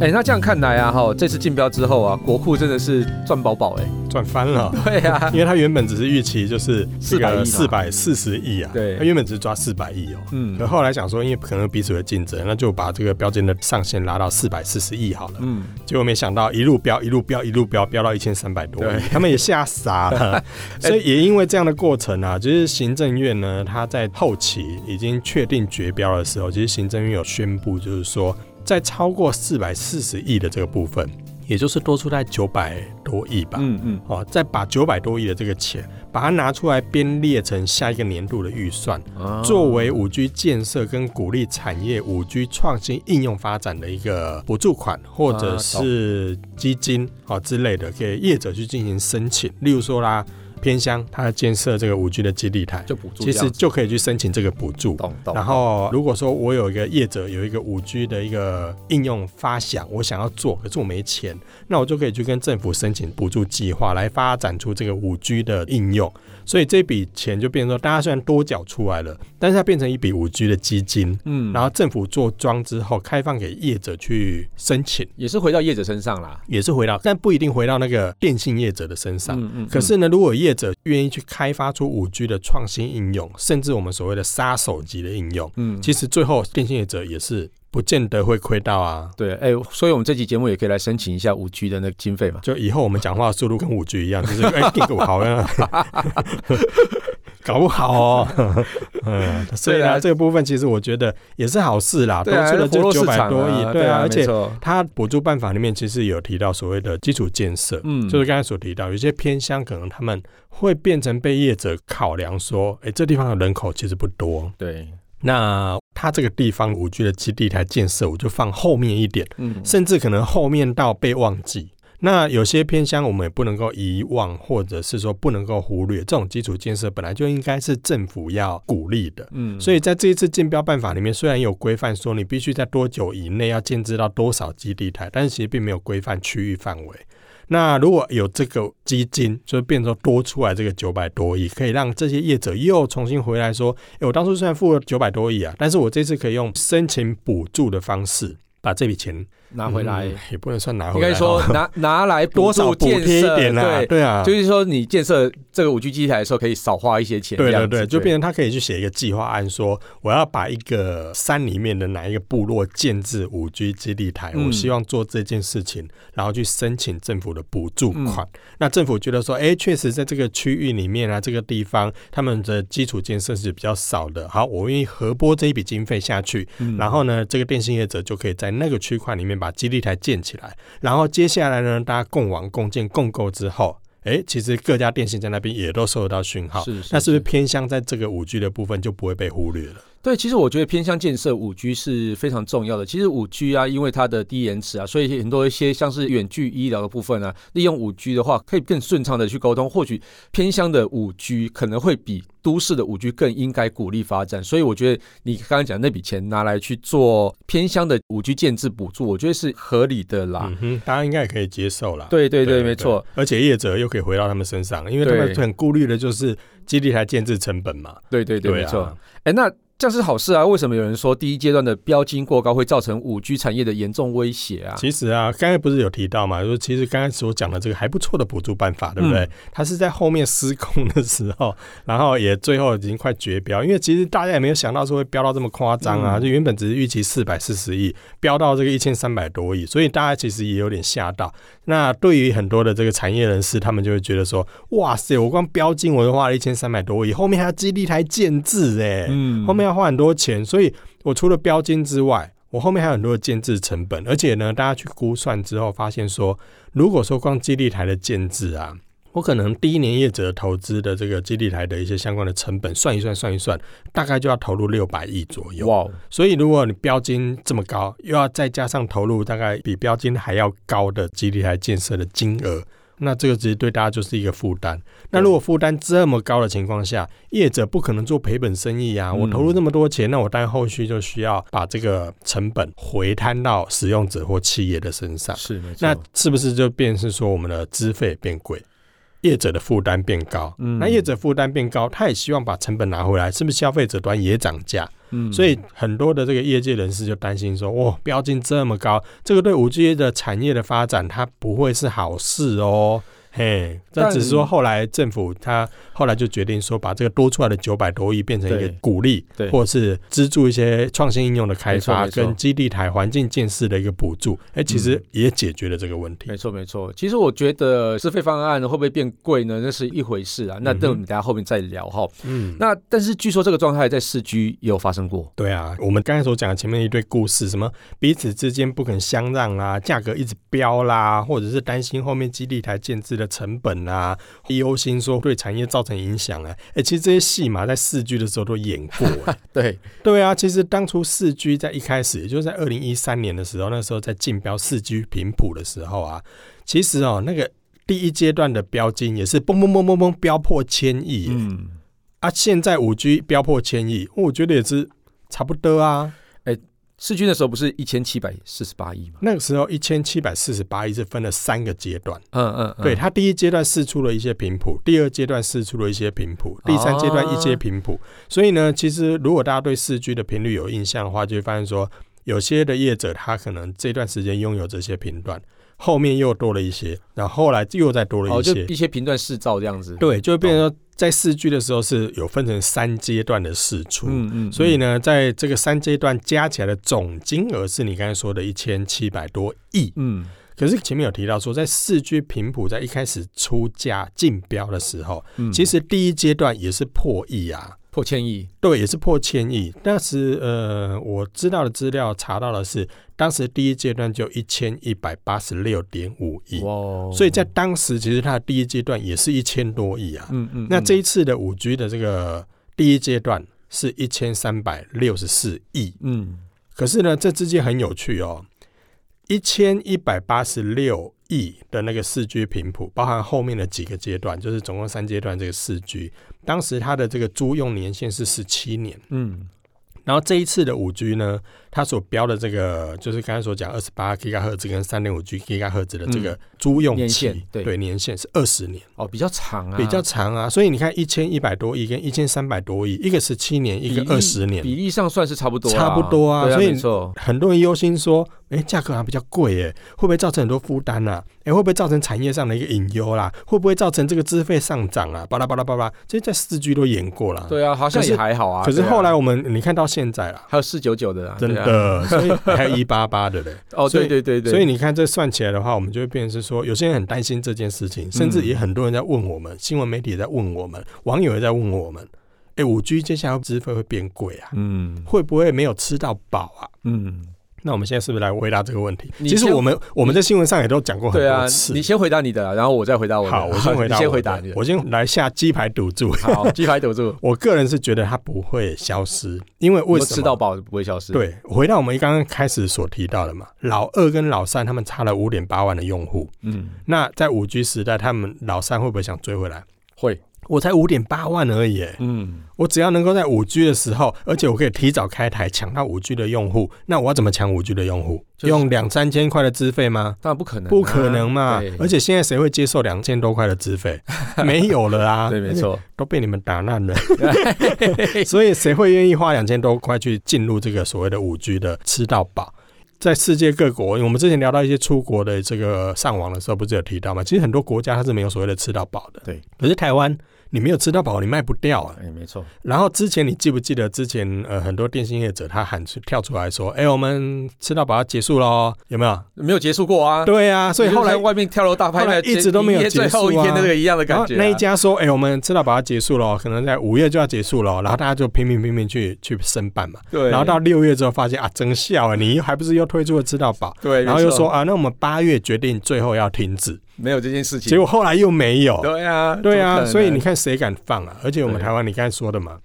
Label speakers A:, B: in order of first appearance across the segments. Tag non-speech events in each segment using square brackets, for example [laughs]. A: 哎、那这样看来啊，哈，这次竞标之后啊，国库真的是赚饱饱哎。
B: 赚翻了。
A: 对啊，
B: 因为他原本只是预期就是这个四
C: 400
B: 百四十亿啊，
A: 对
B: 他原本只是抓四百亿哦，
A: [laughs] 嗯
B: 可后来想说，因为可能彼此有竞争，那就把这个标间的上限拉到四百四十亿好了。
A: 嗯，
B: 结果没想到一路飙一路飙一路飙，飙到一千三百多亿
A: 对，哎
B: 他们也吓
A: [laughs]
B: 傻了。所以也因为这样的过程啊，就是行政院呢，他在后期已经确定绝标的时候，其实行政院有宣布，就是说在超过四百四十亿的这个部分，也就是多出来九百多亿吧。
A: 嗯嗯，
B: 哦，再把九百多亿的这个钱，把它拿出来编列成下一个年度的预算，
A: 啊
B: 作为五 G 建设跟鼓励产业五 G 创新应用发展的一个补助款，或者是基金哦之类的，给业者去进行申请。例如说啦，偏乡它建设这个五 G 的基地台，
A: 就补助这
B: 其
A: 样
B: 实
A: 子，
B: 就可以去申请这个补助。
A: 懂懂。
B: 然后，如果说我有一个业者有一个五 G 的一个应用发想，我想要做，可是我没钱，那我就可以去跟政府申请补助计划来发展出这个五 G 的应用。所以这笔钱就变成说，大家虽然多缴出来了，但是它变成一笔五 G 的基金，
A: 嗯，
B: 然后政府做庄之后，开放给业者去申请，
A: 也是回到业者身上啦。
B: 也是回到，但不一定回到那个电信业者的身上。
A: 嗯嗯
B: 可是呢，如果业者愿意去开发出五 G 的创新应用，甚至我们所谓的杀手级的应用，
A: 嗯，
B: 其实最后电信业者也是不见得会亏到啊。
A: 对，哎、所以我们这期节目也可以来申请一下五 G 的那个经费嘛。
B: 就以后我们讲话的速度跟五 G 一
A: [laughs]
B: 样，就是哎，定个五好像 [laughs] 搞不好哦。嗯，所以
A: 对啊
B: 呢，这个部分其实我觉得也是好事啦，多
A: 对啊，
B: 出的
A: 活
B: 就
A: 络市
B: 九百
A: 场
B: 多
A: 啊，
B: 亿，对啊，而
A: 没
B: 且
A: 错
B: 它补助办法里面其实有提到所谓的基础建设，
A: 嗯，
B: 就是刚才所提到，有些偏乡可能他们会变成被业者考量说，哎，这地方的人口其实不多，
A: 对，
B: 那它这个地方五 G 的基地台建设，我就放后面一点，
A: 嗯，
B: 甚至可能后面到被忘记。那有些偏乡我们也不能够遗忘，或者是说不能够忽略，这种基础建设本来就应该是政府要鼓励的。
A: 嗯，
B: 所
A: 以
B: 以在这一次竞标办法里面，虽然有规范说你必须在多久以内要建制到多少基地台，但是其实并没有规范区域范围。那如果有这个基金，就变成多出来这个九百多亿，可以让这些业者又重新回来说，诶，我当初虽然付了九百多亿啊，但是我这次可以用申请补助的方式把这笔钱
A: 拿回来，
B: 嗯也不能算拿
A: 应
B: 回来哦，
A: 该 [laughs] 说拿拿来
B: 多
A: 补
B: 少
A: 助
B: 补
A: 建
B: 贴一
A: 设，
B: 点啊，
A: 对。
B: 对啊，
A: 就是说，你建设这个五 G 基地台的时候，可以少花一些钱。
B: 对
A: 这样
B: 对
A: 子
B: 对，就变成他可以去写一个计划案说，我要把一个山里面的哪一个部落建制五 G 基地台，
A: 嗯
B: 我希望做这件事情，然后去申请政府的补助款。
A: 嗯
B: 那政府觉得说，哎，确实在这个区域里面啊，这个地方他们的基础建设是比较少的，好，我愿意合拨这一笔经费下去，
A: 嗯
B: 然后呢，这个电信业者就可以在那个区块里面把基地台建起来，然后接下来呢，大家共网、共建、共购之后。哎，其实各家电信在那边也都收得到讯号，
A: 是是
B: 那是不是
A: 是
B: 偏向在这个五 G 的部分就不会被忽略了？
A: 对，其实我觉得偏向建设五 G 是非常重要的。其实五 G 啊，因为它的低延迟啊，所以很多一些像是远距医疗的部分啊，利用五 G 的话，可以更顺畅的去沟通。或许偏乡的五 G 可能会比都市的五 G 更应该鼓励发展。所以我觉得你刚刚讲那笔钱拿来去做偏乡的五 G 建制补助，我觉得是合理的啦。
B: 嗯哼，大家应该也可以接受啦。
A: 啊对对对，没错。，
B: 而且业者又可以回到他们身上，因为他们
A: 对
B: 很顾虑的就是基地台建制成本嘛。
A: 对对对，
B: 对啊
A: 没错。哎，那这样是好事啊？为什么有人说第一阶段的标金过高会造成五 G 产业的严重威胁啊？
B: 其实啊，刚才不是有提到嘛，说其实刚才所讲的这个还不错的补助办法，对不对？
A: 嗯
B: 它是在后面失控的时候，然后也最后已经快绝标，因为其实大家也没有想到说会飙到这么夸张啊，
A: 嗯
B: 就原本只是预期四百四十亿，飙到这个一千三百多亿，所以大家其实也有点吓到。那对于很多的这个产业人士，他们就会觉得说，哇塞，我光标金我就花了一千三百多亿，后面还要基地台建制哎、
A: 嗯
B: 后面要花很多钱，所以我除了标金之外，我后面还有很多的建制成本，而且呢，大家去估算之后发现说，如果说光基地台的建制啊。我可能第一年业者投资的这个基地台的一些相关的成本，算一算，算一算，大概就要投入六百亿左右。
A: 哇哦。
B: 所以，如果你标金这么高，又要再加上投入大概比标金还要高的基地台建设的金额，那这个其实对大家就是一个负担。那如果负担这么高的情况下，业者不可能做赔本生意啊！
A: 嗯
B: 我投入这么多钱，那我当然后续就需要把这个成本回摊到使用者或企业的身上。
A: 是没错。
B: 那是不是就变是说我们的资费变贵，业者的负担变高？
A: 嗯
B: 那业者负担变高，他也希望把成本拿回来，是不是消费者端也涨价？
A: 嗯
B: 所以很多的这个业界人士就担心说，哇，标进这么高，这个对五 G 的产业的发展，它不会是好事哦。嘿，这
A: 但
B: 只是说后来政府它后来就决定说，把这个多出来的九百多亿变成一个
A: 对
B: 鼓励，
A: 对
B: 或是资助一些创新应用的开发
A: 没错没错嗯
B: 跟基地台环境建设的一个补助。哎、其实也解决了这个问题。
A: 没错，没错。其实我觉得自费方案会不会变贵呢？那是一回事啊。那
B: 嗯哼
A: 等我们等下后面再聊哈。
B: 嗯，
A: 那但是据说这个状态在四 G 也有发生过。
B: 对啊，我们刚才所讲的前面一堆故事，什么彼此之间不肯相让啦，价格一直飙啦，或者是担心后面基地台建制的成本啊，忧心说对产业造成影响啊。哎、其实这些戏码在四 G 的时候都演过、哎
A: 对，
B: 对啊，其实当初四 G 在一开始，也就是在二零一三年的时候，那时候在竞标四 G 频谱的时候啊，其实哦，那个第一阶段的标金也是嘣嘣嘣嘣嘣飙破千亿、哎
A: 嗯，
B: 啊，现在五 G 飙破千亿，我觉得也是差不多啊。
A: 四 G 那时候不是一千七百四十八亿嘛？
B: 那个时候一千七百四十八亿是分了三个阶段，
A: 嗯嗯，嗯
B: 对，它第一阶段试出了一些频谱，第二阶段试出了一些频谱，第三阶段一些频谱。所以呢，其实如果大家对四 G 的频率有印象的话，就会发现说，有些的业者他可能这段时间拥有这些频段，后面又多了一些，然后后来又再多了
A: 哦，
B: 一
A: 就
B: 些，
A: 一些频段试造这样子。
B: 对，就会变成说在四 G 的时候是有分成三阶段的试出。
A: 嗯，嗯嗯，
B: 所以呢，在这个三阶段加起来的总金额是你刚才说的一千七百多亿。
A: 嗯，
B: 可是前面有提到说，在四 G 频谱在一开始出价竞标的时候，
A: 嗯
B: 其实第一阶段也是破亿啊，
A: 破千亿，
B: 对，也是破千亿。当时呃，我知道的资料查到的是，当时第一阶段就一千一百八十六点五亿，
A: 哇哦，
B: 所以在当时其实它的第一阶段也是一千多亿啊。
A: 嗯嗯，
B: 那
A: 嗯
B: 这一次的五 G 的这个第一阶段是一千三百六十四亿，
A: 嗯
B: 可是呢，这之间很有趣哦。一千一百八十六亿的那个四 G 频谱，包含后面的几个阶段，就是总共三阶段这个四 G，当时它的这个租用年限是十七年。
A: 嗯
B: 然后这一次的五 G 呢，它所标的这个就是刚才所讲二十八 g 赫兹跟三点五 g 赫兹的这个租用
A: 嗯年
B: 期，
A: 限对
B: 年限是二十年。
A: 哦比较长啊，
B: 比较长啊，所以你看一千一百多亿跟一千三百多亿，一个十七年，一个二十年，
A: 比例上算是差不多啦，
B: 差不多啊
A: 对
B: 所以
A: 没错，
B: 很多人忧心说，哎、价格还比较贵，耶，会不会造成很多负担啊？哎、会不会造成产业上的一个隐忧啦？会不会造成这个资费上涨啊？巴拉巴拉巴拉，这些在四 G 都演过了。、
A: 对啊，好像
B: 可是
A: 也还好啊。
B: 可是
A: 对啊
B: 后来我们你看到现在啦，
A: 还有四九九的啊，
B: 真
A: 对啊 [laughs]
B: 的，所以还有一八八的嘞。
A: 哦，
B: 所以
A: 对对对对，
B: 所以你看这算起来的话，我们就会变成是说，有些人很担心这件事
A: 嗯
B: 情，甚至也很多人在问我们，新闻媒体也在问我们，网友也在问我们，哎、五 G 接下来资费会变贵啊？
A: 嗯
B: 会不会没有吃到饱啊？
A: 嗯，
B: 那我们现在是不是来回答这个问题？
A: 你
B: 其实
A: 先
B: 我们我们在新闻上也都讲过很
A: 对啊
B: 多，次。
A: 你先回答你的啦，然后我再回答我的。
B: 好，我
A: [laughs]
B: 先回答我的，
A: 你先回答你的。
B: 我先来下鸡排赌注。 [laughs]
A: 好，鸡排堵住，
B: 我个人是觉得它不会消失，因为为
A: 我
B: 什么？
A: 吃到饱不会消失。，
B: 对，回到我们刚刚开始所提到的嘛，老二跟老三他们差了五点八万的用户，
A: 嗯，
B: 那在五 G 时代，他们老三会不会想追回来？
A: 会，
B: 我才五点八万而已耶，
A: 嗯，
B: 我只要能够在五 G 的时候，而且我可以提早开台抢到五 G 的用户，那我要怎么抢五 G 的用户？
A: 就是
B: 用两三千块的资费吗？
A: 当然不可能啊，
B: 不可能嘛
A: 对！
B: 而且现在谁会接受两千多块的
A: [laughs]
B: 资费？没有了啊！
A: 对，没，错，
B: 都被你们打烂
A: [laughs]
B: 了。 [laughs] 所以谁会愿意花两千多块去进入这个所谓的五 G 的吃到饱？在世界各国，我们之前聊到一些出国的这个上网的时候，不是有提到吗？其实很多国家它是没有所谓的吃到饱的。
A: 对，
B: 可是台湾你没有吃到饱，你卖不掉啊。
A: 哎，没错，
B: 然后之前你记不记得之前呃很多电信业者他喊出跳出来说：“哎、我们吃到饱要结束喽，有没有
A: 没有结束过啊？”。
B: 对啊，所以后来
A: 就是在外面跳楼大拍
B: 后来
A: 卖，
B: 一直都没有
A: 营业
B: 结束
A: 最
B: 啊
A: 后一天的那个一样的
B: 然
A: 感
B: 后
A: 觉啊。
B: 那一家说：“哎、我们吃到饱要结束了，可能在五月就要结束了。”然后大家就拼命拼命去去申办嘛。
A: 对，
B: 然后到六月之后发现啊，真笑啊，你又还不是又推出了吃到饱，
A: 对，
B: 然后
A: 没
B: 又
A: 错
B: 说啊，那我们八月决定最后要停止，
A: 没有这件事情，
B: 结果后来又没有。
A: 对啊，
B: 对
A: 怎么可
B: 啊，
A: 能
B: 所以你看谁敢放啊？而且我们
A: 对嗯
B: 台湾，你刚才说的嘛，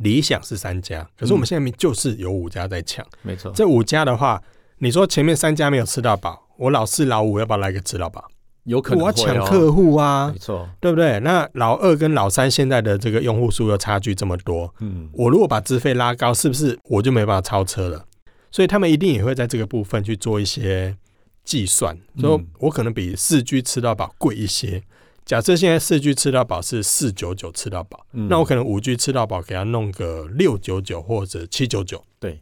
B: 理想是三家，可是我们现在就是有五家在抢。
A: 没错，
B: 这五家的话，你说前面三家没有吃到饱，我老四老五要不要来个吃到饱？
A: 有可能
B: 我要
A: 会
B: 抢
A: 哦
B: 客户啊！
A: 没错，
B: 对不对？那老二跟老三现在的这个用户数又差距这么多，
A: 嗯，
B: 我如果把资费拉高，是不是我就没办法超车了？所以他们一定也会在这个部分去做一些计算，说
A: 嗯
B: 我可能比四 G 吃到饱贵一些，假设现在四 G 吃到饱是四九九吃到饱，
A: 嗯
B: 那我可能五 G 吃到饱给它弄个六九九或者七九九。
A: 对，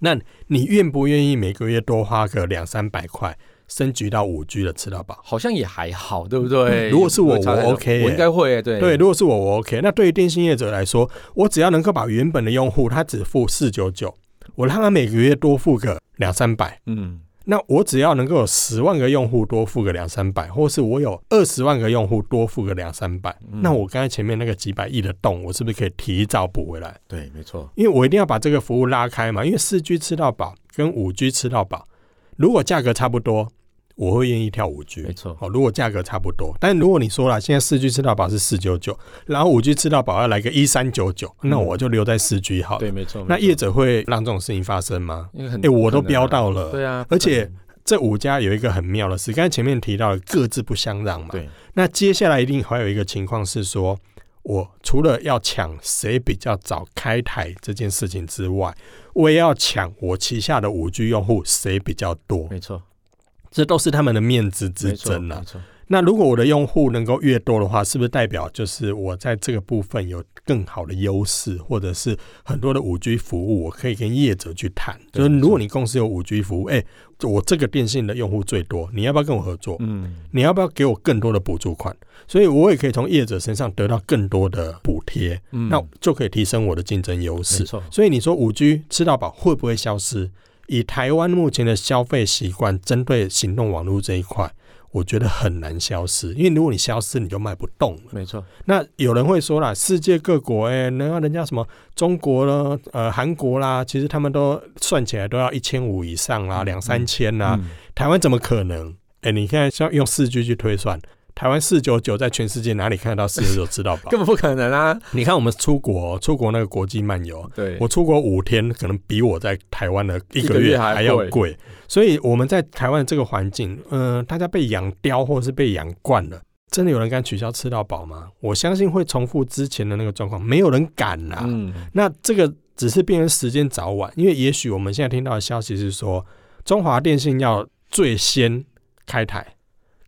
B: 那你愿不愿意每个月多花个两三百块升级到五 G 的吃到饱？
A: 好像也还好，对不对？
B: 嗯如果是我
A: 不会差太多
B: 我 OK 耶
A: 我应该会耶，对
B: 对，如果是我，我 OK。那对于电信业者来说，我只要能够把原本的用户他只付四九九，我让他每个月多付个两三百，
A: 嗯，
B: 那我只要能够有十万个用户多付个两三百，或是我有二十万个用户多付个两三百，
A: 嗯
B: 那我刚才前面那个几百亿的洞，我是不是可以提早补回来？
A: 对，没错，
B: 因为我一定要把这个服务拉开嘛，因为四 G 吃到饱跟五 G 吃到饱，如果价格差不多，我会愿意跳五 G
A: 没。错，
B: 哦，如果价格差不多，但如果你说了现在四 G 吃到饱是四九九，然后五 G 吃到饱要来个一三九九，那
A: 嗯
B: 我就留在四 G 好了。
A: 对，没错。
B: 那
A: 没错
B: 业者会让这种事情发生吗？
A: 因为很
B: 哎、我都
A: 可能啊
B: 标到了。
A: 对啊，
B: 而且
A: 不可能
B: 这五家有一个很妙的事，刚才前面提到的各自不相让嘛。
A: 对，
B: 那接下来一定还有一个情况是说，我除了要抢谁比较早开台这件事情之外，我也要抢我旗下的五 G 用户谁比较多，
A: 没错，
B: 这都是他们的面子之
A: 没错，
B: 争啊
A: 没。错，
B: 那如果我的用户能够越多的话，是不是代表就是我在这个部分有更好的优势，或者是很多的五 G 服务，我可以跟业者去谈？
A: 对
B: 就是
A: 没
B: 如果
A: 错
B: 你公司有五 G 服务，哎、我这个电信的用户最多，你要不要跟我合作？
A: 嗯，
B: 你要不要给我更多的补助款？所以我也可以从业者身上得到更多的补贴，
A: 嗯
B: 那就可以提升我的竞争优
A: 没
B: 势。
A: 错，
B: 所以你说五 G 吃到饱会不会消失？以台湾目前的消费习惯，针对行动网络这一块，我觉得很难消失，因为如果你消失，你就卖不动了。
A: 没错，
B: 那有人会说啦，世界各国，哎、然后人家什么中国呢，呃，韩国啦，其实他们都算起来都要一千五以上啦，
A: 嗯
B: 两三千啦，
A: 嗯
B: 台湾怎么可能？哎、你看，像用四 G 去推算，台湾四九九在全世界哪里看得到四九九吃到
A: [laughs]
B: 饱？
A: 根本不可能啊，
B: 你看我们出国哦，出国那个国际漫游，
A: 对，
B: 我出国五天，可能比我在台湾的一
A: 一
B: 个
A: 个
B: 月
A: 月还
B: 还要
A: 贵
B: 贵。所以我们在台湾这个环境，嗯、大家被养刁或是被养惯了，真的有人敢取消吃到饱吗？我相信会重复之前的那个状况，没有人敢啦、
A: 嗯，
B: 那这个只是变成时间早晚，因为也许我们现在听到的消息是说，中华电信要最先开台，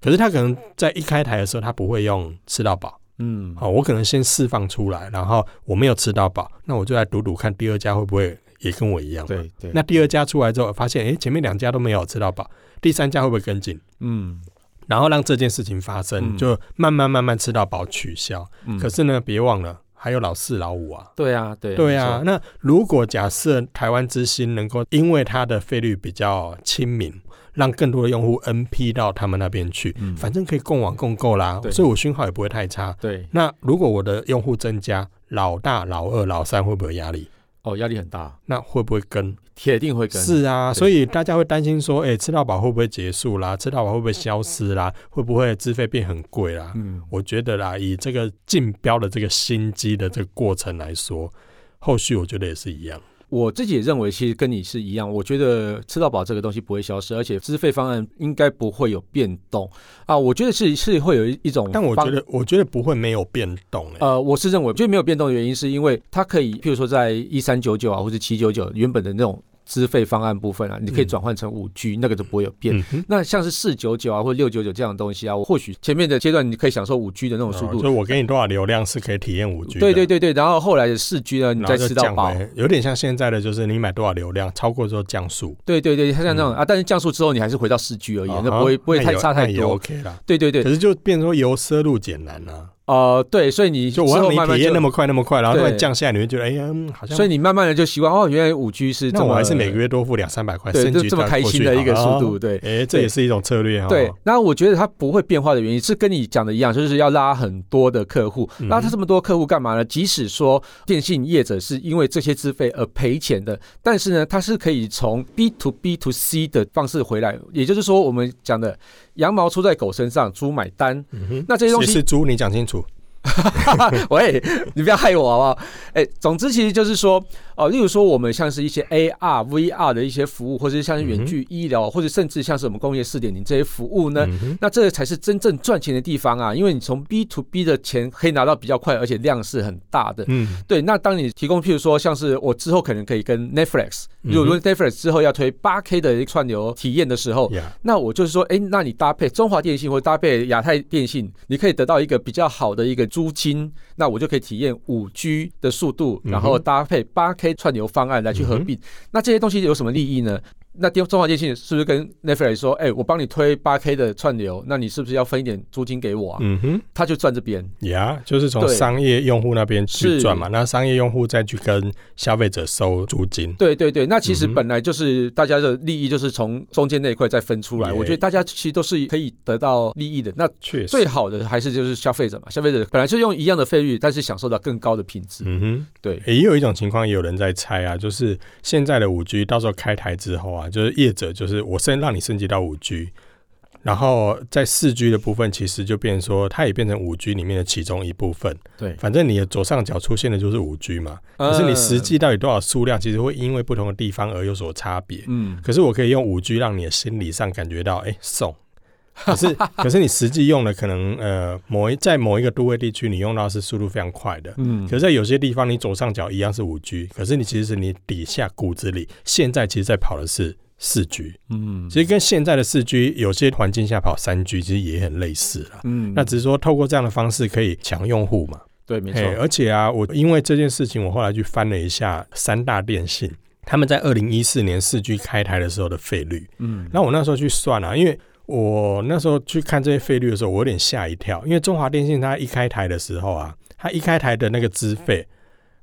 B: 可是他可能在一开台的时候，他不会用吃到饱。
A: 嗯，
B: 好、我可能先释放出来，然后我没有吃到饱，那我就来赌赌看第二家会不会也跟我一样。，
A: 对对，
B: 那第二家出来之后，发现诶前面两家都没有吃到饱，第三家会不会跟进？
A: 嗯，
B: 然后让这件事情发生，
A: 嗯
B: 就慢慢慢慢吃到饱取消。
A: 嗯
B: 可是呢，别忘了还有老四老五啊。
A: 对啊，对，
B: 对啊
A: 没，错，
B: 那如果假设台湾之星能够因为它的费率比较亲民，让更多的用户 NP 到他们那边去，
A: 嗯
B: 反正可以共网共购啦，
A: 对
B: 所以我讯号也不会太差。
A: 对，
B: 那如果我的用户增加，老大、老二、老三会不会有压力？
A: 哦，压力很大，
B: 那会不会跟？
A: 铁定会跟，
B: 是啊，
A: 对
B: 所以大家会担心说，哎、吃到饱会不会结束啦？吃到饱会不会消失啦？会不会资费变很贵啦？
A: 嗯，
B: 我觉得啦，以这个竞标的这个心机的这个过程来说，后续我觉得也是一样。
A: 我自己也认为，其实跟你是一样。我觉得吃到饱这个东西不会消失，而且资费方案应该不会有变动啊。我觉得是是会有一一种方，
B: 但我觉得，我觉得不会没有变动、欸。
A: 呃，我是认为，就没有变动的原因，是因为它可以，譬如说在一三九九啊，或者七九九原本的那种资费方案部分啊，你可以
B: 嗯
A: 转换成五 G，、那个就不会有变。
B: 嗯哼，
A: 那像是四九九啊，或六九九这样的东西啊，我或许前面的阶段你可以享受五 G 的那种嗯速
B: 哦
A: 度，
B: 就我给你多少流量是可以体验五 G 的。
A: 对对对对，然后后来的四 G 呢，你
B: 然后
A: 再
B: 就
A: 吃到
B: 降
A: 饱，
B: 回，有点像现在的，就是你买多少流量，超过之后降速。
A: 对对对，它像那种、
B: 嗯
A: 啊，但是降速之后你还是回到四 G 而已，
B: 啊
A: 那不会不会太
B: 也
A: 差太
B: 那也
A: 多。
B: OK 啦。
A: 对对对
B: 可，是就变成说由奢入俭难啊，
A: 呃，对，所以你
B: 就
A: 之
B: 我
A: 后
B: 让
A: 慢
B: 你
A: 慢
B: 体
A: 就
B: 验那么快那么快，然后突然
A: 对
B: 降下来，你会觉得哎呀，嗯好像。
A: 所以你慢慢的就习惯哦，原来五 G 是这
B: 那
A: 么
B: 我还是每个月多付两三百块，
A: 对
B: 升
A: 就
B: 级
A: 这么
B: 到
A: 开
B: 过
A: 心
B: 去
A: 的
B: 好
A: 一个速
B: 哦
A: 度，对。
B: 哎，这也
A: 对
B: 是一种策略哦。
A: 对，那我觉得它不会变化的原因是跟你讲的一样，就是要拉很多的客户。
B: 嗯
A: 那他这么多客户干嘛呢？即使说电信业者是因为这些资费而赔钱的，但是呢，它是可以从 B to B to C 的方式回来。也就是说，我们讲的羊毛出在狗身上，猪买单。
B: 嗯哼，
A: 那这些东
B: 谁
A: 西
B: 是猪？你讲清楚。
A: [laughs] 喂，你不要害我好不好？哎、总之其实就是说，哦、例如说我们像是一些 AR、VR 的一些服务，或者是像是
B: 嗯
A: 远距医疗，或者甚至像是我们工业四点零这些服务呢，
B: 嗯哼
A: 那这才是真正赚钱的地方啊！因为你从 B to B 的钱可以拿到比较快，而且量是很大的。
B: 嗯
A: 对，那当你提供，譬如说，像是我之后可能可以跟 Netflix，如
B: 嗯
A: 果 Netflix 之后要推八 K 的串流体验的时候，
B: 呀，
A: 那我就是说，哎，那你搭配中华电信或搭配亚太电信，你可以得到一个比较好的一个租金，那我就可以体验五 G 的速度，
B: 嗯哼
A: 然后搭配八 K 串流方案来去合并。那这些东西有什么利益呢？那中中华电信是不是跟 Netflix 说，哎，我帮你推八 K 的串流，那你是不是要分一点租金给我啊？
B: 嗯哼，
A: 他就赚这边，
B: 呀，就是从
A: 对
B: 商业用户那边去
A: 是
B: 赚嘛，那商业用户再去跟消费者收租金。
A: 对对对，那其实
B: 嗯哼
A: 本来就是大家的利益，就是从中间那一块再分出来。
B: 耶
A: 我觉得大家其实都是可以得到利益的。那
B: 确
A: 最
B: 实，
A: 好的还是就是消费者嘛，消费者本来是用一样的费率，但是享受到更高的品质。
B: 嗯哼。
A: 对，
B: 也有一种情况，也有人在猜啊，就是现在的五 G 到时候开台之后啊，就是业者就是我升让你升级到五 G，然后在四 G 的部分，其实就变成说它也变成五 G 里面的其中一部分。
A: 对
B: 反正你的左上角出现的就是五 G 嘛，可
A: 呃
B: 是你实际到底多少数量，其实会因为不同的地方而有所差别。
A: 嗯，
B: 可是我可以用五 G 让你的心理上感觉到，哎、送。可是可是你实际用的可能呃某一在某一个都会地区，你用到是速度非常快的。
A: 嗯
B: 可是，在有些地方，你左上角一样是五 G，可是你其实你底下骨子里，现在其实在跑的是四 G，
A: 嗯
B: 其实跟现在的四 G 有些环境下跑三 G 其实也很类似啦。
A: 嗯
B: 那只是说透过这样的方式可以抢用户嘛？
A: 对，没
B: 嘿
A: 错，
B: 而且啊，我因为这件事情，我后来去翻了一下三大电信他们在二零一四年四 G 开台的时候的费率，
A: 嗯，
B: 那我那时候去算啊，因为我那时候去看这些费率的时候，我有点吓一跳，因为中华电信它一开台的时候啊，它一开台的那个资费，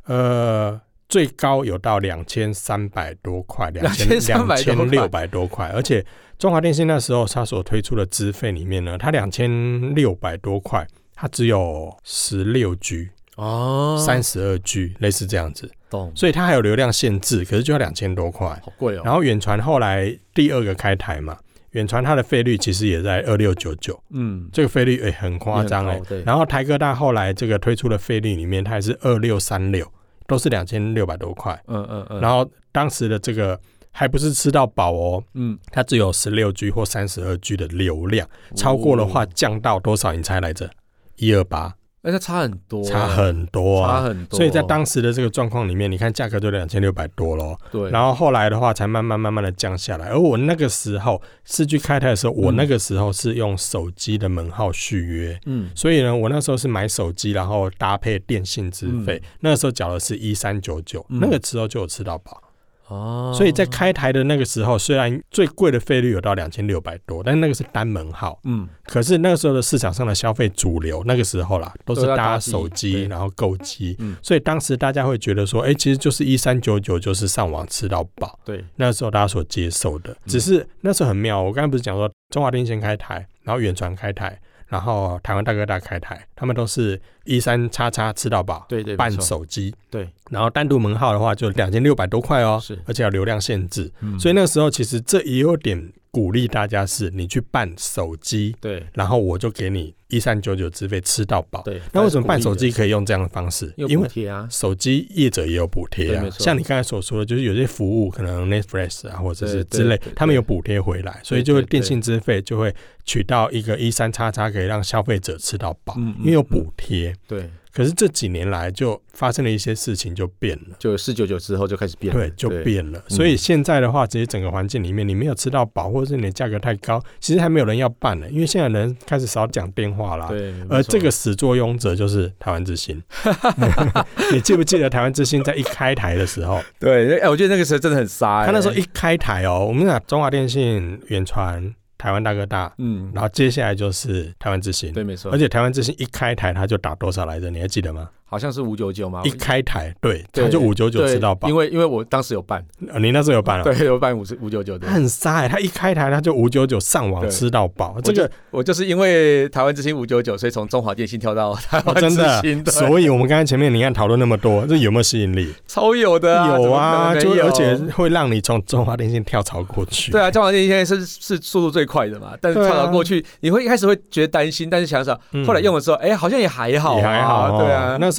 B: 呃，最高有到两千三百多块，两千两
A: 2300
B: 千
A: 多
B: 六百多块，而且中华电信那时候它所推出的资费里面呢，它两千六百多块，它只有十六 G、
A: 哦
B: 三十二 G，类似这样子，
A: 懂，
B: 所以它还有流量限制，可是就要两千多块。
A: 好贵哦，
B: 然后远传后来第二个开台嘛，远传它的费率其实也在二六九九，
A: 嗯，
B: 这个费率诶、很夸张
A: 也
B: 诶、
A: 很高对，
B: 然后台科大后来这个推出的费率里面，它也是二六三六，都是两千六百多块。
A: 嗯嗯嗯，
B: 然
A: 后
B: 后当时的这个还不是吃到饱哦，
A: 嗯，
B: 它只有十六 G 或三十二 G 的流量，超过的话
A: 哦，
B: 降到多少？你猜来着？一二八，
A: 哎，那差很多，
B: 差很多
A: 差
B: 啊。
A: 很多，
B: 所以在当时的这个状况里面，你看价格就两千六百多喽。
A: 对，
B: 然后后来的话，才慢慢慢慢的降下来。而我那个时候四 G 开台的时候，我
A: 嗯
B: 那个时候是用手机的门号续约，
A: 嗯
B: 所以呢，我那时候是买手机，然后搭配电信资费，那个时候缴的是一三九九，
A: 嗯
B: 那个时候就有吃到饱。
A: 哦，
B: 所以在开台的那个时候，虽然最贵的费率有到两千六百多，但那个是单门号，
A: 嗯
B: 可是那个时候的市场上的消费主流，那个时候啦，都是
A: 都要
B: 搭
A: 搭机
B: 手机，
A: 对
B: 然后购机。
A: 嗯
B: 所以当时大家会觉得说，哎、其实就是一三九九，就是上网吃到饱。
A: 对，
B: 那时候大家所接受的。
A: 嗯
B: 只是那时候很妙，我刚才不是讲说中华电信开台，然后远传开台，然后台湾大哥大开台，他们都是一三叉叉吃到饱，
A: 对对，没
B: 办
A: 错
B: 手机，
A: 对，
B: 然后单独门号的话就两千六百多块哦，
A: 是，
B: 而且有流量限制，
A: 嗯
B: 所以那时候其实这也有点鼓励大家是你去办手机。
A: 对
B: 然后我就给你一三九九资费吃到饱。
A: 对，
B: 那为什么办
A: 反正
B: 手
A: 鼓励
B: 机可以用这样的方式？
A: 的？
B: 因
A: 因
B: 为
A: 为贴啊，
B: 手机业者也有补贴
A: 对
B: 啊
A: 没，错
B: 像你刚才所说的，就是有些服务可能 Netflix 啊，或者
A: 对
B: 是
A: 对
B: 之类
A: 对对，
B: 他们有补贴回来，所以
A: 对
B: 就会
A: 对
B: 电信资费就会取到一个一三叉叉，可以让消费者吃到饱，
A: 嗯嗯
B: 因为有
A: 嗯
B: 补贴。
A: 对，
B: 可是这几年来就发生了一些事情，就变了。
A: 就四九九之后就开始变了，
B: 对，就变了。所以
A: 嗯
B: 现在的话，其实整个环境里面，你没有吃到饱，或者是你的价格太高，其实还没有人要办了，因为现在人开始少讲电话啦，
A: 对，没错
B: 而呃这个始作俑者就是台湾
A: [laughs]
B: 之星。 [laughs] 你记不记得台湾之星在一开台的时候，
A: 对，哎、我觉得那个时候真的很傻、欸。
B: 他那时候一开台哦，我们讲中华电信、远传、台湾大哥大，
A: 嗯，
B: 然后接下来就是台湾之星。
A: 对，没错，
B: 而且台湾之星一开台，他就打多少来着？你还记得吗？
A: 好像是五九九嘛
B: 一，开台，对，
A: 对
B: 他就五九九
A: 对
B: 吃到饱
A: 因。为因为我当时有办，
B: 呃你那时候有办了，
A: 对，有办五十五九九的
B: 他。很傻哎，他一开台他就五九九上网
A: 对
B: 吃到饱，这
A: 我就
B: 个
A: 我就是因为台湾之星五九九，所以从中华电信跳到台
B: 哦
A: 湾之
B: 真的
A: 星，，对
B: 所以我们刚才前面你看讨论那么多，这有没有吸引力？
A: 超有的、啊，
B: 有
A: 怎么可
B: 啊，
A: 能
B: 就
A: 没有
B: 而且会让你从中华电信跳槽过去。
A: 对啊，中华电信现在是是速度最快的嘛，但是
B: 对啊
A: 跳到过去，你会一开始会觉得担心，但是想想
B: 嗯
A: 后来用的时候，哎、好像也还好、啊，
B: 也还好、哦，
A: 对啊，
B: 那时候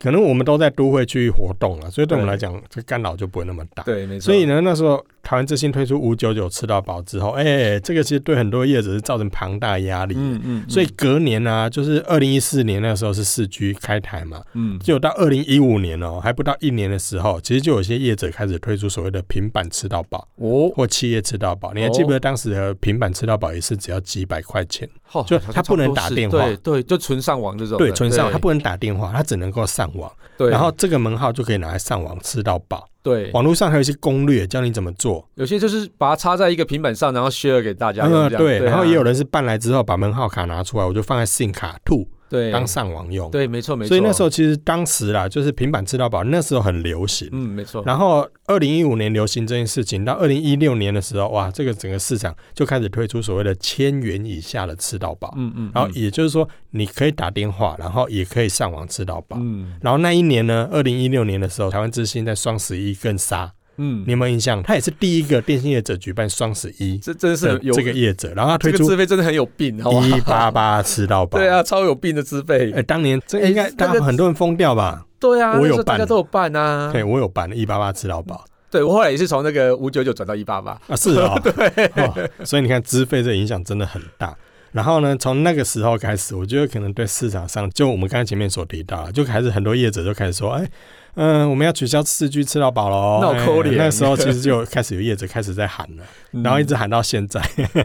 B: 可能我们都在都会区活动啊了，所以对我们
A: 对
B: 来讲，这干扰就不会那么大。
A: 对，没错。
B: 所以呢，那时候台湾之星推出五九九吃到饱之后，哎、这个其实对很多业者是造成庞大压力。
A: 嗯，嗯嗯，
B: 所以隔年呢、啊，就是二零一四年那时候是四 G 开台嘛，
A: 嗯，
B: 就到二零一五年哦、还不到一年的时候，其实就有些业者开始推出所谓的平板吃到饱
A: 哦，
B: 或企业吃到饱。你还记不记得当时的平板吃到饱也是只要几百块钱？
A: 哦
B: 就
A: 好像
B: 它不能
A: 差多
B: 打
A: 是
B: 电话
A: 对对，就纯上网这种的，
B: 对，纯上它
A: 对
B: 不能打电话，它只能够上网。
A: 对，
B: 然后这个门号就可以拿来上网吃到饱。
A: 对，
B: 网络上还有一些攻略教你怎么做，
A: 有些就是把它插在一个平板上，然后 share 给大家用，这样
B: 嗯对，然后
A: 啊
B: 也有人是办来之后把门号卡拿出来，我就放在 SIM 卡兔
A: 对
B: 当上网用。
A: 对，没错没错，
B: 所以那时
A: 候
B: 候其实当时啦，就是平板吃到饱，那时候很流行。
A: 嗯没错，
B: 然后二零一五年流行这件事情，到二零一六年的时候，哇，这个整个市场就开始推出所谓的千元以下的吃到饱。
A: 嗯嗯，
B: 然后
A: 嗯
B: 也就是说，你可以打电话，然后也可以上网吃到饱。
A: 嗯
B: 然后那一年呢，二零一六年的时候，台湾之星在双十一更杀，
A: 嗯
B: 你，有没有印象？他也是第一个电信业者举办双十一
A: 这真的是
B: 的
A: 很有
B: 这个业者，然后他
A: 这
B: 推
A: 个
B: 出
A: 自费真的很有病，好吧？啊
B: 一八八吃到
A: [laughs]
B: 饱。
A: 对，啊，超有病的自费
B: 哎、，当年这
A: 哎
B: 应该
A: 这个
B: 大家很多人疯掉吧？
A: 对啊，
B: 我
A: 那
B: 有
A: 时候大
B: 办
A: 家都有办啊，
B: 对，我有办一八八吃到饱
A: 对我后来也是从那个五九九转到一八八，
B: 啊，是
A: [laughs]
B: [laughs] 哦，对、所以你看资费这影响真的很大。然后呢，从那个时候开始，我觉得可能对市场上，就我们刚才前面所提到的，就开始很多业者就开始说，哎、嗯、我们要取消四 G 吃到饱喽。
A: 闹扣
B: 哎
A: 脸
B: 那时候其实就开始有业者开始在喊了，
A: 嗯
B: 然后一直喊到现在， [laughs]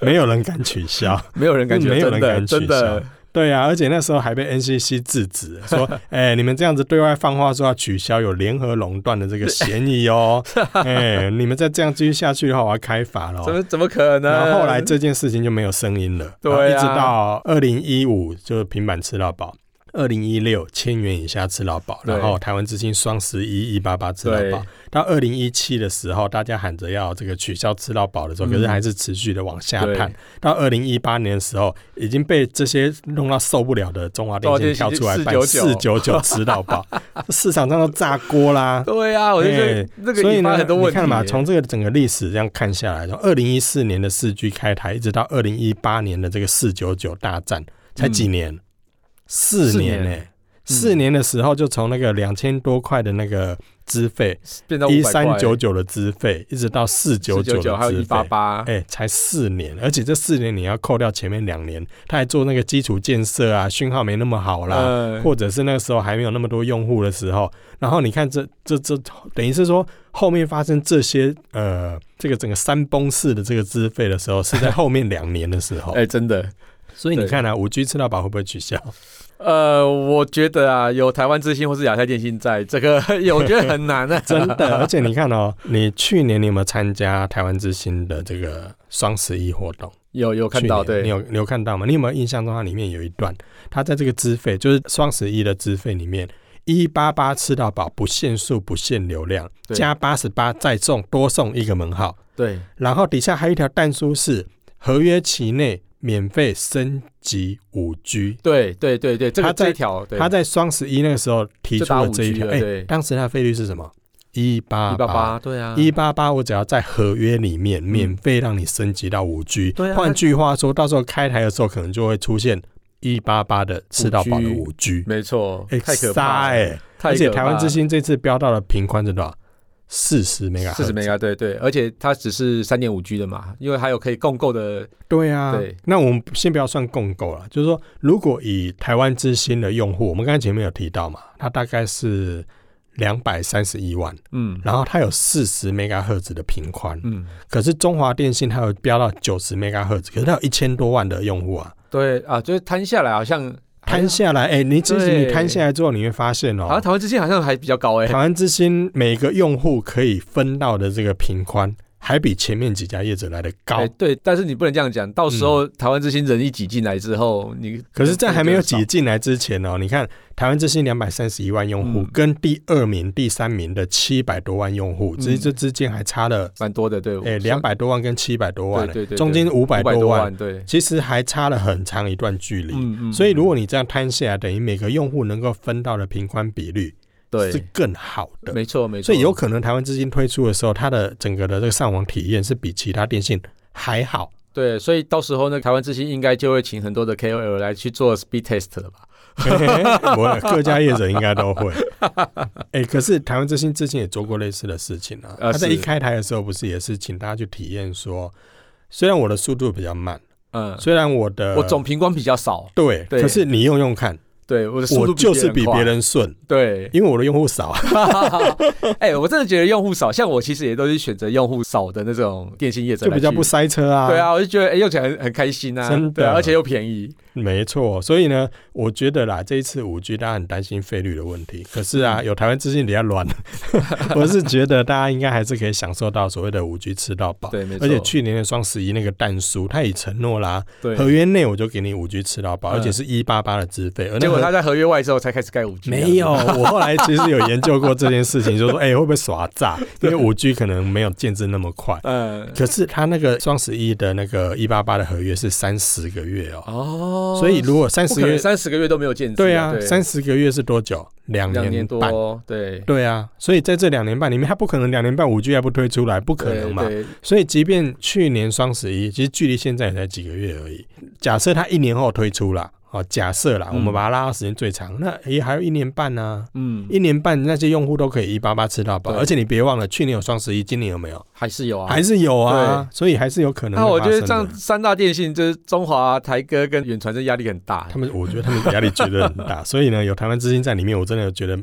B: 没有人敢取消。
A: 没有人感觉，
B: 没有
A: 真
B: 人
A: 的
B: 敢取
A: 真的
B: 消，对啊，而且那时候还被 NCC 制止，
A: [laughs]
B: 说，哎、你们这样子对外放话说要取消有联合垄断的这个嫌疑
A: [laughs]
B: 哦，哎、你们再这样继续下去的话，我要开罚了
A: 怎
B: 哦。
A: 么怎么可能？
B: 然后后来这件事情就没有声音了，
A: 对啊
B: 然后一直到二零一五就是平板吃到饱，二零一六千元以下吃到饱，
A: 对
B: 然后台湾之星双十一一八八吃到饱
A: 对，
B: 到二零一七的时候，大家喊着要这个取消吃到饱的时候，可是
A: 嗯
B: 还是持续的往下
A: 对
B: 探。到二零一八年的时候，已经被这些弄到受不了的中华电信跳出来办四九九吃到 [laughs] 饱，市场上都炸锅啦。
A: 对啊，我就觉得
B: 哎
A: 那个
B: 所以
A: 引
B: 呢
A: 发，很多
B: 你
A: 问题耶。
B: 看嘛，从这个整个历史这样看下来，从二零一四年的四 G 开台，一直到二零一八年的这个四九九大战，才几年？四
A: 四
B: 年呢、欸
A: 年
B: 四年的时候，就从那个两千多块的那个资费，
A: 变到
B: 一
A: 500块
B: 三九九的资费，一直到四九九
A: 499还有一八八，
B: 哎、才四年，而且这四年你要扣掉前面两年，他还做那个基础建设啊，讯号没那么好啦，
A: 嗯
B: 或者是那个时候还没有那么多用户的时候，然后你看这这这，等于是说后面发生这些呃，这个整个山崩式的这个资费的时候，是在后面两年的时候，
A: 哎，真的，
B: 所以你
A: 对
B: 看啊，五 G 吃到饱会不会取消？
A: 呃，我觉得啊，有台湾之星或是亚太电信在，这个 [laughs] 我觉得很难啊，
B: [laughs] [laughs] 真的，而且你看哦，你去年你有没有参加台湾之星的这个双十一活动？
A: 有有看到，
B: 去年你
A: 对，
B: 有你有看到吗？你有没有印象中它里面有一段，它在这个资费，就是双十一的资费里面，一八八吃到饱，不限速，不限流量，
A: 对
B: 加八十八再送多送一个门号，
A: 对，
B: 然后底下还有一条弹书是合约期内免费升级五 G。
A: 对对对对，这
B: 他
A: 个
B: 在
A: 这一条，对，
B: 他在双十一那个时候提
A: 就
B: 出
A: 打
B: 了这一
A: 5G
B: 条，
A: 了
B: 哎、
A: 对
B: 当时它的费率是什么？一八
A: 一八八，对啊，嗯
B: 一八八，我只要在合约里面免费让你升级到五 G、
A: 对啊
B: 换句话说，到时候开台的时候，可能就会出现一八八的吃到饱的五 G，
A: 没错，
B: 哎，
A: 嗯太可
B: 杀
A: 怕了，
B: 哎！而且台湾之星这次标到的频宽是多少？四十 m
A: 四十
B: h
A: 美啊，对对，而且它只是三点五 G 的嘛，因为还有可以共购的，
B: 对啊
A: 对，
B: 那我们先不要算共购了，就是说，如果以台湾之星的用户，我们刚才前面有提到嘛，它大概是两百三十一万，
A: 嗯
B: 然后它有四十 m h 的频宽，
A: 嗯，
B: 可是中华电信它有飙到九十 m h 可是它有一千多万的用户啊，
A: 对啊，就是摊下来好像
B: 摊下来，哎、你其实你
A: 对
B: 摊下来之后，你会发现
A: 好像
B: 哦，
A: 台湾之星好像还比较高哎、
B: 台湾之星每个用户可以分到的这个频宽还比前面几家业者来的高。嗯
A: 哎，对，但是你不能这样讲，到时候台湾之星人一挤进来之后，你
B: 可是，在还没有挤进来之前哦，你看台湾之星两百三十一万用户，
A: 嗯
B: 跟第二名、第三名的七百多万用户，
A: 嗯
B: 其实这之间还差了
A: 蛮多的，对，
B: 诶哎两百多万跟七百多万，
A: 对对对对
B: 中间五百
A: 五百
B: 多
A: 多
B: 万，
A: 万，对，
B: 其实还差了很长一段距离。
A: 嗯嗯
B: 所以，如果你这样摊下来，等于每个用户能够分到的平宽比率是
A: 对，
B: 更好的。
A: 没错没错，
B: 所以，有可能台湾之星推出的时候，它的整个的这个上网体验是比其他电信还好。
A: [laughs] 对，所以到时候呢，台湾之星应该就会请很多的 KOL 来去做 speed test 了吧？
B: 我各家业者应该
A: [laughs]
B: 都会。哎、可是台湾之星之前也做过类似的事情啊。
A: 啊
B: 他在
A: 是
B: 一开台的时候，不是也是请大家去体验说，虽然我的速度比较慢，
A: 嗯，
B: 虽然我的
A: 我总平光比较少，
B: 对，
A: 对
B: 可是你用用看，
A: 对，我的速
B: 我
A: 度
B: 就是比别
A: 快，
B: 人顺，
A: 对，
B: [laughs] 因为我的用户少啊。
A: 哎、我真的觉得用户少，像我其实也都是选择用户少的那种电信业者
B: 就
A: 来去，
B: 比较不塞车啊。
A: 对，啊，我就觉得哎、用起来很很开心啊，
B: 真的
A: 对啊，而且又便宜，
B: 没错。所以呢，我觉得啦，这一次五 G 大家很担心费率的问题，可是
A: 嗯
B: 啊，有台湾之星比
A: [laughs]
B: 较软，我是觉得大家应该还是可以享受到所谓的五 G 吃到饱。
A: 对，没错，
B: 而且去年的双十一那个蛋叔，他也承诺啦，
A: 对，
B: 合约内我就给你五 G 吃到饱，
A: 嗯
B: 而且是一八八的资费。而那
A: 结果
B: 合
A: 他在合约外之后才开始盖五 G，啊
B: 没有，我后来其实有研究过这件事情，
A: [laughs]
B: 就说哎、会不会耍诈？因为五 G 可能没有建制那么快。
A: 嗯，
B: 可是他那个双十一的那个一八八的合约是三十个月哦，
A: 哦，
B: 所以如果三
A: 不
B: 十
A: 可
B: 个
A: 能
B: 月，
A: 三十个月都没有见、啊，
B: 对啊，
A: 对
B: 三十个月是多久？两
A: 两
B: 年
A: 年
B: 半。
A: 多，对，
B: 对啊，所以在这两年半里面，他不可能两年半五 G 还不推出来，不可能嘛。
A: 对对
B: 所以，即便去年双十一，其实距离现在也才几个月而已。假设它一年后推出了，哦，假设啦，
A: 嗯
B: 我们把它拉到时间最长，那也还有一年半呢、
A: 嗯，
B: 一年半，那些用户都可以一八八吃到饱，
A: 对
B: 而且你别忘了，去年有双十一，今年有没有？
A: 还是有啊，
B: 还是有啊，所以还是有可能
A: 那
B: 会
A: 我
B: 发
A: 觉
B: 生的。
A: 得这样三大电信就是中华、台哥跟远传，这压力很大
B: 他，们，我觉得他们压力觉得很大，所以呢，有台湾之星在里面，我真的觉得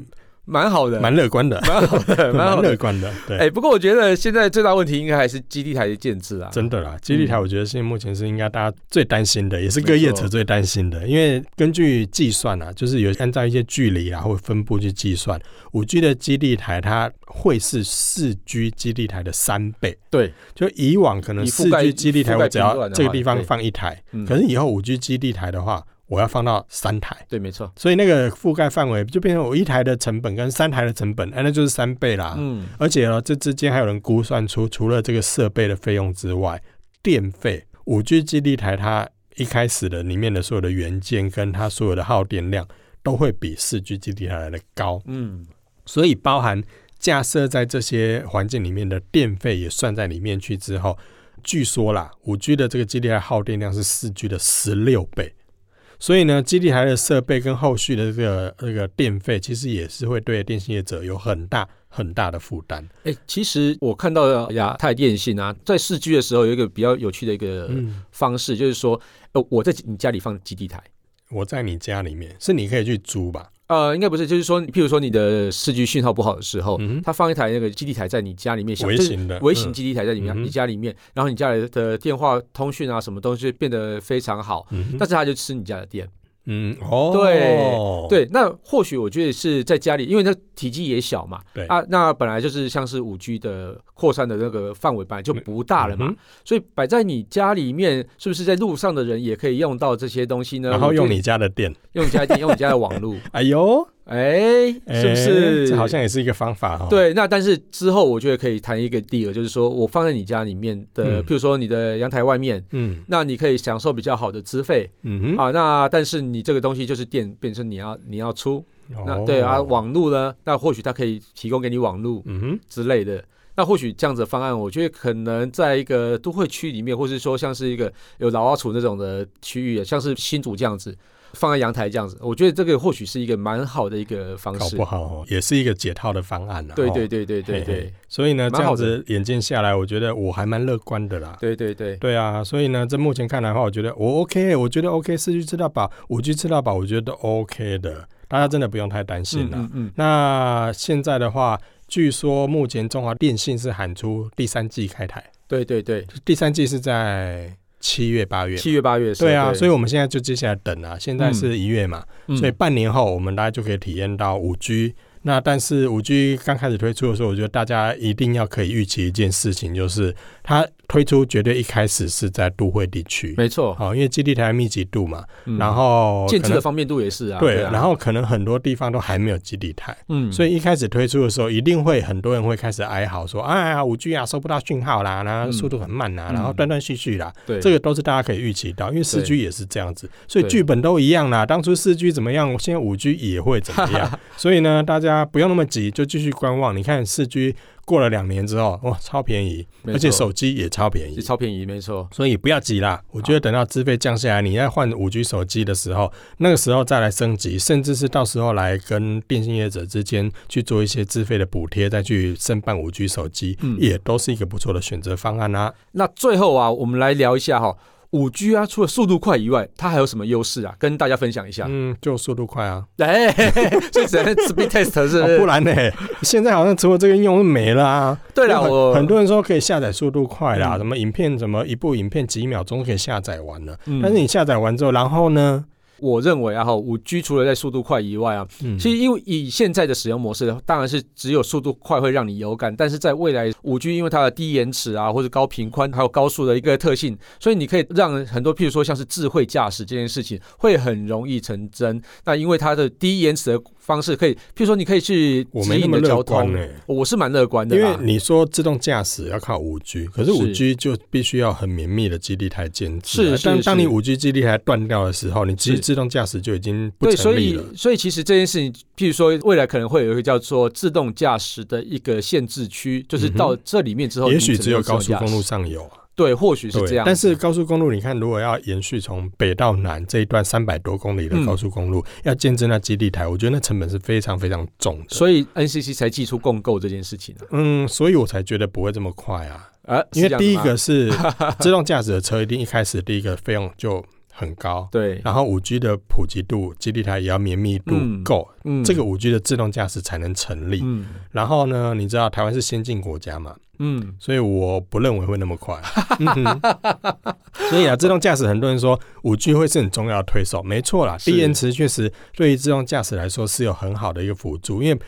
A: 蛮好的，
B: 蛮乐
A: [laughs]
B: 观的，
A: 蛮好的，蛮
B: 蛮
A: 好
B: 乐
A: 的。
B: 观的，对。
A: 哎、不过我觉得现在最大问题应该还是基地台的建制啊，
B: 真的啦，基地台我觉得现在目前是应该大家最担心的，也是各业者最担心的，因为根据计算啊，就是有按照一些距离啊或分布去计算，五 G 的基地台它会是四 G 基地台的三倍。
A: 对，
B: 就以往可能
A: 以
B: 四
A: 覆盖
B: G 基地台
A: 覆盖
B: 我只
A: 频
B: 要
A: 段的话
B: 这个地方
A: 对
B: 放一台，
A: 嗯
B: 可是以后五 G 基地台的话，我要放到三台。
A: 对，没错，
B: 所以那个覆盖范围就变成我一台的成本跟三台的成本，哎，那就是三倍啦。
A: 嗯，
B: 而且呢，这之间还有人估算出，除了这个设备的费用之外，电费，五 G 基地台它一开始的里面的所有的元件跟它所有的耗电量都会比四 G 基地台来的高，
A: 嗯，
B: 所以包含架设在这些环境里面的电费也算在里面去之后，据说啦，五 G 的这个基地台耗电量是四 G 的十六倍。所以呢，基地台的设备跟后续的这个这个电费，其实也是会对电信业者有很大很大的负担。
A: 哎、其实我看到的亚太电信啊，在四 G 的时候有一个比较有趣的一个
B: 嗯，
A: 方式，就是说，呃，我在你家里放基地台。
B: 我在你家里面，是你可以去租吧？
A: 呃，应该不是，就是说，譬如说你的四 G 讯号不好的时候，
B: 嗯哼
A: 他放一台那个基地台在你家里面，
B: 微
A: 就是
B: 型的，
A: 微型
B: 嗯
A: 基地台在里面，
B: 嗯哼
A: 你家里面，然后你家里的电话通讯啊，什么东西变得非常好，
B: 嗯
A: 但是他就吃你家的电。
B: 嗯哦，
A: 对，那或许我觉得是在家里，因为它体积也小嘛，
B: 对
A: 啊，那本来就是像是五 G 的扩散的那个范围本来就不大了嘛，
B: 嗯哼
A: 所以摆在你家里面，是不是在路上的人也可以用到这些东西呢？
B: 然
A: 呃
B: 后
A: 我觉
B: 用
A: 得
B: 你家的电，
A: 用你家的电，用你家的网
B: [laughs]
A: 络，
B: 哎呦，
A: 哎，是不
B: 哎
A: 是？
B: 这好像也是一个方法哦。，
A: 对，那但是之后我觉得可以谈一个 deal，就是说我放在你家里面的，
B: 嗯
A: 譬如说你的阳台外面，
B: 嗯
A: 那你可以享受比较好的资费、
B: 嗯哼，
A: 啊。那但是你这个东西就是电，变成你要你要出。那
B: 哦
A: 对啊，，网路呢，那或许它可以提供给你网路
B: 嗯
A: 之类的。那或许这样子的方案，我觉得可能在一个都会区里面，或是说像是一个有老阿楚那种的区域，像是新竹这样子，放在阳台这样子，我觉得这个或许是一个蛮好的一个方
B: 哼，搞
A: 式
B: 不。好哦也是一个解套的方案啊。
A: 对
B: 哦
A: 对对对对
B: 嘿
A: 对
B: 嘿所以呢，这
A: 蛮
B: 样
A: 好的
B: 子眼见下来，我觉得我还蛮乐观的啦。
A: 对对对，
B: 对啊，所以呢，这目前看来的话，我觉得我 OK，我觉得 OK，四 G 吃到饱，五 G 吃到饱，我觉得都 OK 的，大家真的不用太担心
A: 嗯
B: 了。
A: 嗯嗯，
B: 那现在的话，据说目前中华电信是喊出第三季开台，
A: 对对对，
B: 第三季是在七月八月。
A: 七月八月是。
B: 对啊，所以我们现在就接下来等啊，现在是一月嘛，
A: 嗯
B: 所以半年后我们大家就可以体验到五 G，那但是五 G 刚开始推出的时候，我觉得大家一定要可以预期一件事情，就是它推出绝对一开始是在都会地区，
A: 没错，
B: 好、因为基地台密集度嘛，
A: 嗯
B: 然后
A: 建
B: 可
A: 制
B: 能
A: 的方便度也是啊，
B: 对，
A: 啊
B: 然后可能很多地方都还没有基地台。
A: 嗯，
B: 所
A: 以
B: 以一开始推出的时候，一定会很多人会开始哀嚎说：“哎呀，五 G 啊，收不到讯号啦，然后
A: 嗯
B: 速度很慢啦，
A: 嗯
B: 然后断断续续啦。
A: 对
B: 这个都是大家可以预期到，因为四 G
A: 对
B: 也是这样子，所以
A: 对
B: 剧本都一样啦。当初四 G 怎么样，现在五 G 也会怎么
A: [laughs]
B: 样。所以呢，大家不用那么急，就继续观望。你看四 G 过了两年之后，哇，超便宜，
A: 没
B: 而且
A: 错
B: 手机也超便宜
A: 是。超便宜，没错，
B: 所以不要急啦，我觉得等到资费降下来，你要换五 G 手机的时候，那个时候再来升级，甚至是到时候来跟电信业者之间去做一些资费的补贴，再去申办五 G 手机，
A: 嗯
B: 也都是一个不错的选择方案啦、
A: 那最后啊，我们来聊一下哈、五 G 啊，除了速度快以外，它还有什么优势啊？跟大家分享一下。
B: 嗯，就速度快啊，
A: [laughs] 哎，所以只
B: [laughs]
A: 能 speed test 是不
B: 哦、
A: 是？
B: 不然
A: [laughs]
B: 呢？现在好像除了这个应用没了啊。
A: 对了，
B: 因为很
A: 我
B: 很多人说可以下载速度快啦，
A: 嗯
B: 什么影片什么一部影片几秒钟可以下载完了。
A: 嗯
B: 但是你下载完之后，然后呢？
A: 我认为啊哈，五 G 除了在速度快以外啊，
B: 嗯
A: 其实因为以现在的使用模式，当然是只有速度快会让你有感，但是在未来五 G 因为它的低延迟啊，或者高频宽，还有高速的一个特性，所以你可以让很多，譬如说像是智慧驾驶这件事情，会很容易成真。那因为它的低延迟的方式，可以譬如说你可以去
B: 我
A: 指
B: 没那
A: 引你
B: 么
A: 的
B: 乐
A: 交
B: 观
A: 通
B: 呢、，
A: 我是蛮乐观的
B: 因为
A: 啦。
B: 你说自动驾驶要靠五 G，可是
A: 是
B: 五 G 就必须要很绵密的基地台建制啊。
A: 是是
B: 但当
A: 是
B: 你五 G 基地台断掉的时候，你其实
A: 是
B: 自动驾驶就已经不
A: 对，
B: 成
A: 所
B: 立
A: 以
B: 了。
A: 所以其实这件事情，譬如说未来可能会有一个叫做自动驾驶的一个限制区，就是
B: 嗯哼
A: 到这里面之后，
B: 也
A: 你
B: 许
A: 能
B: 只有
A: 用自动
B: 高速
A: 驾
B: 公路
A: 驶
B: 上有啊，
A: 对，或许是这样子。
B: 但是高速公路，你看，如果要延续从北到南这一段三百多公里的
A: 嗯
B: 高速公路，要建制那基地台，我觉得那成本是非常非常重的。
A: 所以 NCC 才寄出共购这件事情啊。
B: 嗯，所以我才觉得不会这么快啊，
A: 啊，是
B: 因为
A: 这样
B: 第一
A: 吗
B: 个是自动驾驶的车，一定一开始第一个费用就很高，
A: 对，
B: 然后五 G 的普及度，基地台也要绵密度
A: 嗯
B: 够，
A: 嗯
B: 这个五 G 的自动驾驶才能成立。
A: 嗯
B: 然后呢，你知道台湾是先进国家嘛，
A: 嗯，
B: 所以我不认为会那
A: [laughs]
B: 么快。嗯哼所以啊，自动驾驶很多人说五 G 会是很重要的推手，没错啦，
A: 是
B: 低延迟确实对于自动驾驶来说是有很好的一个辅助，因为。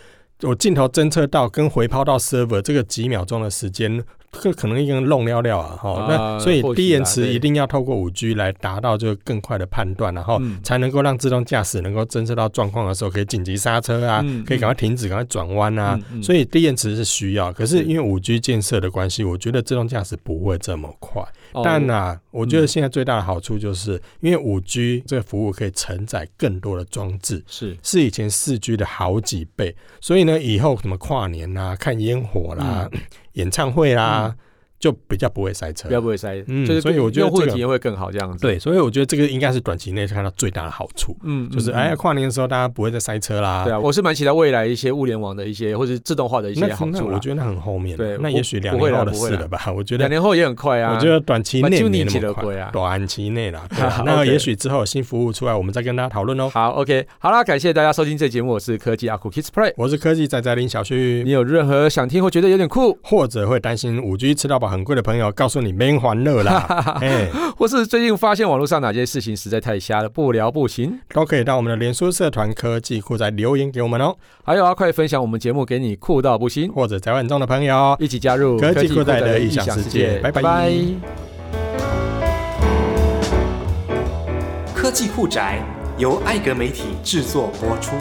B: 我镜头侦测到跟回抛到 server 这个几秒钟的时间，这可能一个人弄料料啊，哈、
A: 啊
B: 那所以
A: 或许啦
B: 低延迟
A: 对
B: 一定要透过五 G 来达到这个更快的判断，然后
A: 嗯
B: 才能够让自动驾驶能够侦测到状况的时候，可以紧急刹车啊，
A: 嗯
B: 可以赶快停止、赶快转弯啊。
A: 嗯嗯
B: 所以低延迟是需要，可是
A: 是
B: 因为五 G 建设的关系，我觉得自动驾驶不会这么快。
A: 哦
B: 但啊，我觉得现在最大的好处就是，因为五 G 这个服务可以承载更多的装置。
A: 是
B: 是以前四 G 的好几倍，所以呢，以后什么跨年啦、看烟火啦、
A: 嗯
B: 演唱会啦，就比较不会塞车
A: 不。要不会塞，
B: 嗯
A: 就是
B: 所以我觉得
A: 用户
B: 这
A: 的
B: 个
A: 体验会更好这样子。，
B: 对，所以我觉得这个应该是短期内看到最大的好处，
A: 嗯，
B: 就是
A: 嗯
B: 哎呀，。
A: 嗯
B: 跨年的时候大家不会再塞车啦。
A: 对啊，我是蛮期待未来一些物联网的一些或者是自动化的一
B: 那
A: 些好啊
B: 那
A: 处
B: 我
A: 啦。
B: 觉得那很后面，
A: 对
B: 那
A: 不
B: 也许两
A: 不会
B: 年
A: 啦
B: 后的
A: 不会
B: 事
A: 啦
B: 了吧？ [laughs] 我觉得
A: 两年后也很快啊，
B: 我觉得短期内
A: 蛮
B: 没
A: 就你
B: 那
A: 几个
B: 么快
A: 鬼啊，
B: 短期内啦。对啊
A: [laughs] 好
B: 那
A: OK
B: 也许之后有新服务出来，我们再跟大家讨论哦。
A: 好 OK，好啦，感谢大家收听这节目，我是科技阿酷 Kids Play。
B: 我是科技仔仔林小
A: [laughs]
B: 旭
A: 你，有任何想听或觉得有点酷，
B: 或者会担心五 G 吃到饱很贵的朋友，告诉你没还
A: [laughs]
B: 乐啦，哎，
A: 或是最近发现网络上哪些事情实在太瞎了，不聊不行。
B: 都可以到我们的脸书社团科技库仔留言给我们哦，
A: 还有啊，快分享我们节目给你酷到不行，
B: 或者宅晚中的朋友，
A: 一起加入
B: 科技酷
A: 仔
B: 仔的异
A: 异
B: 想
A: 想
B: 世界拜拜
C: 科技酷宅由艾格媒体制作播出。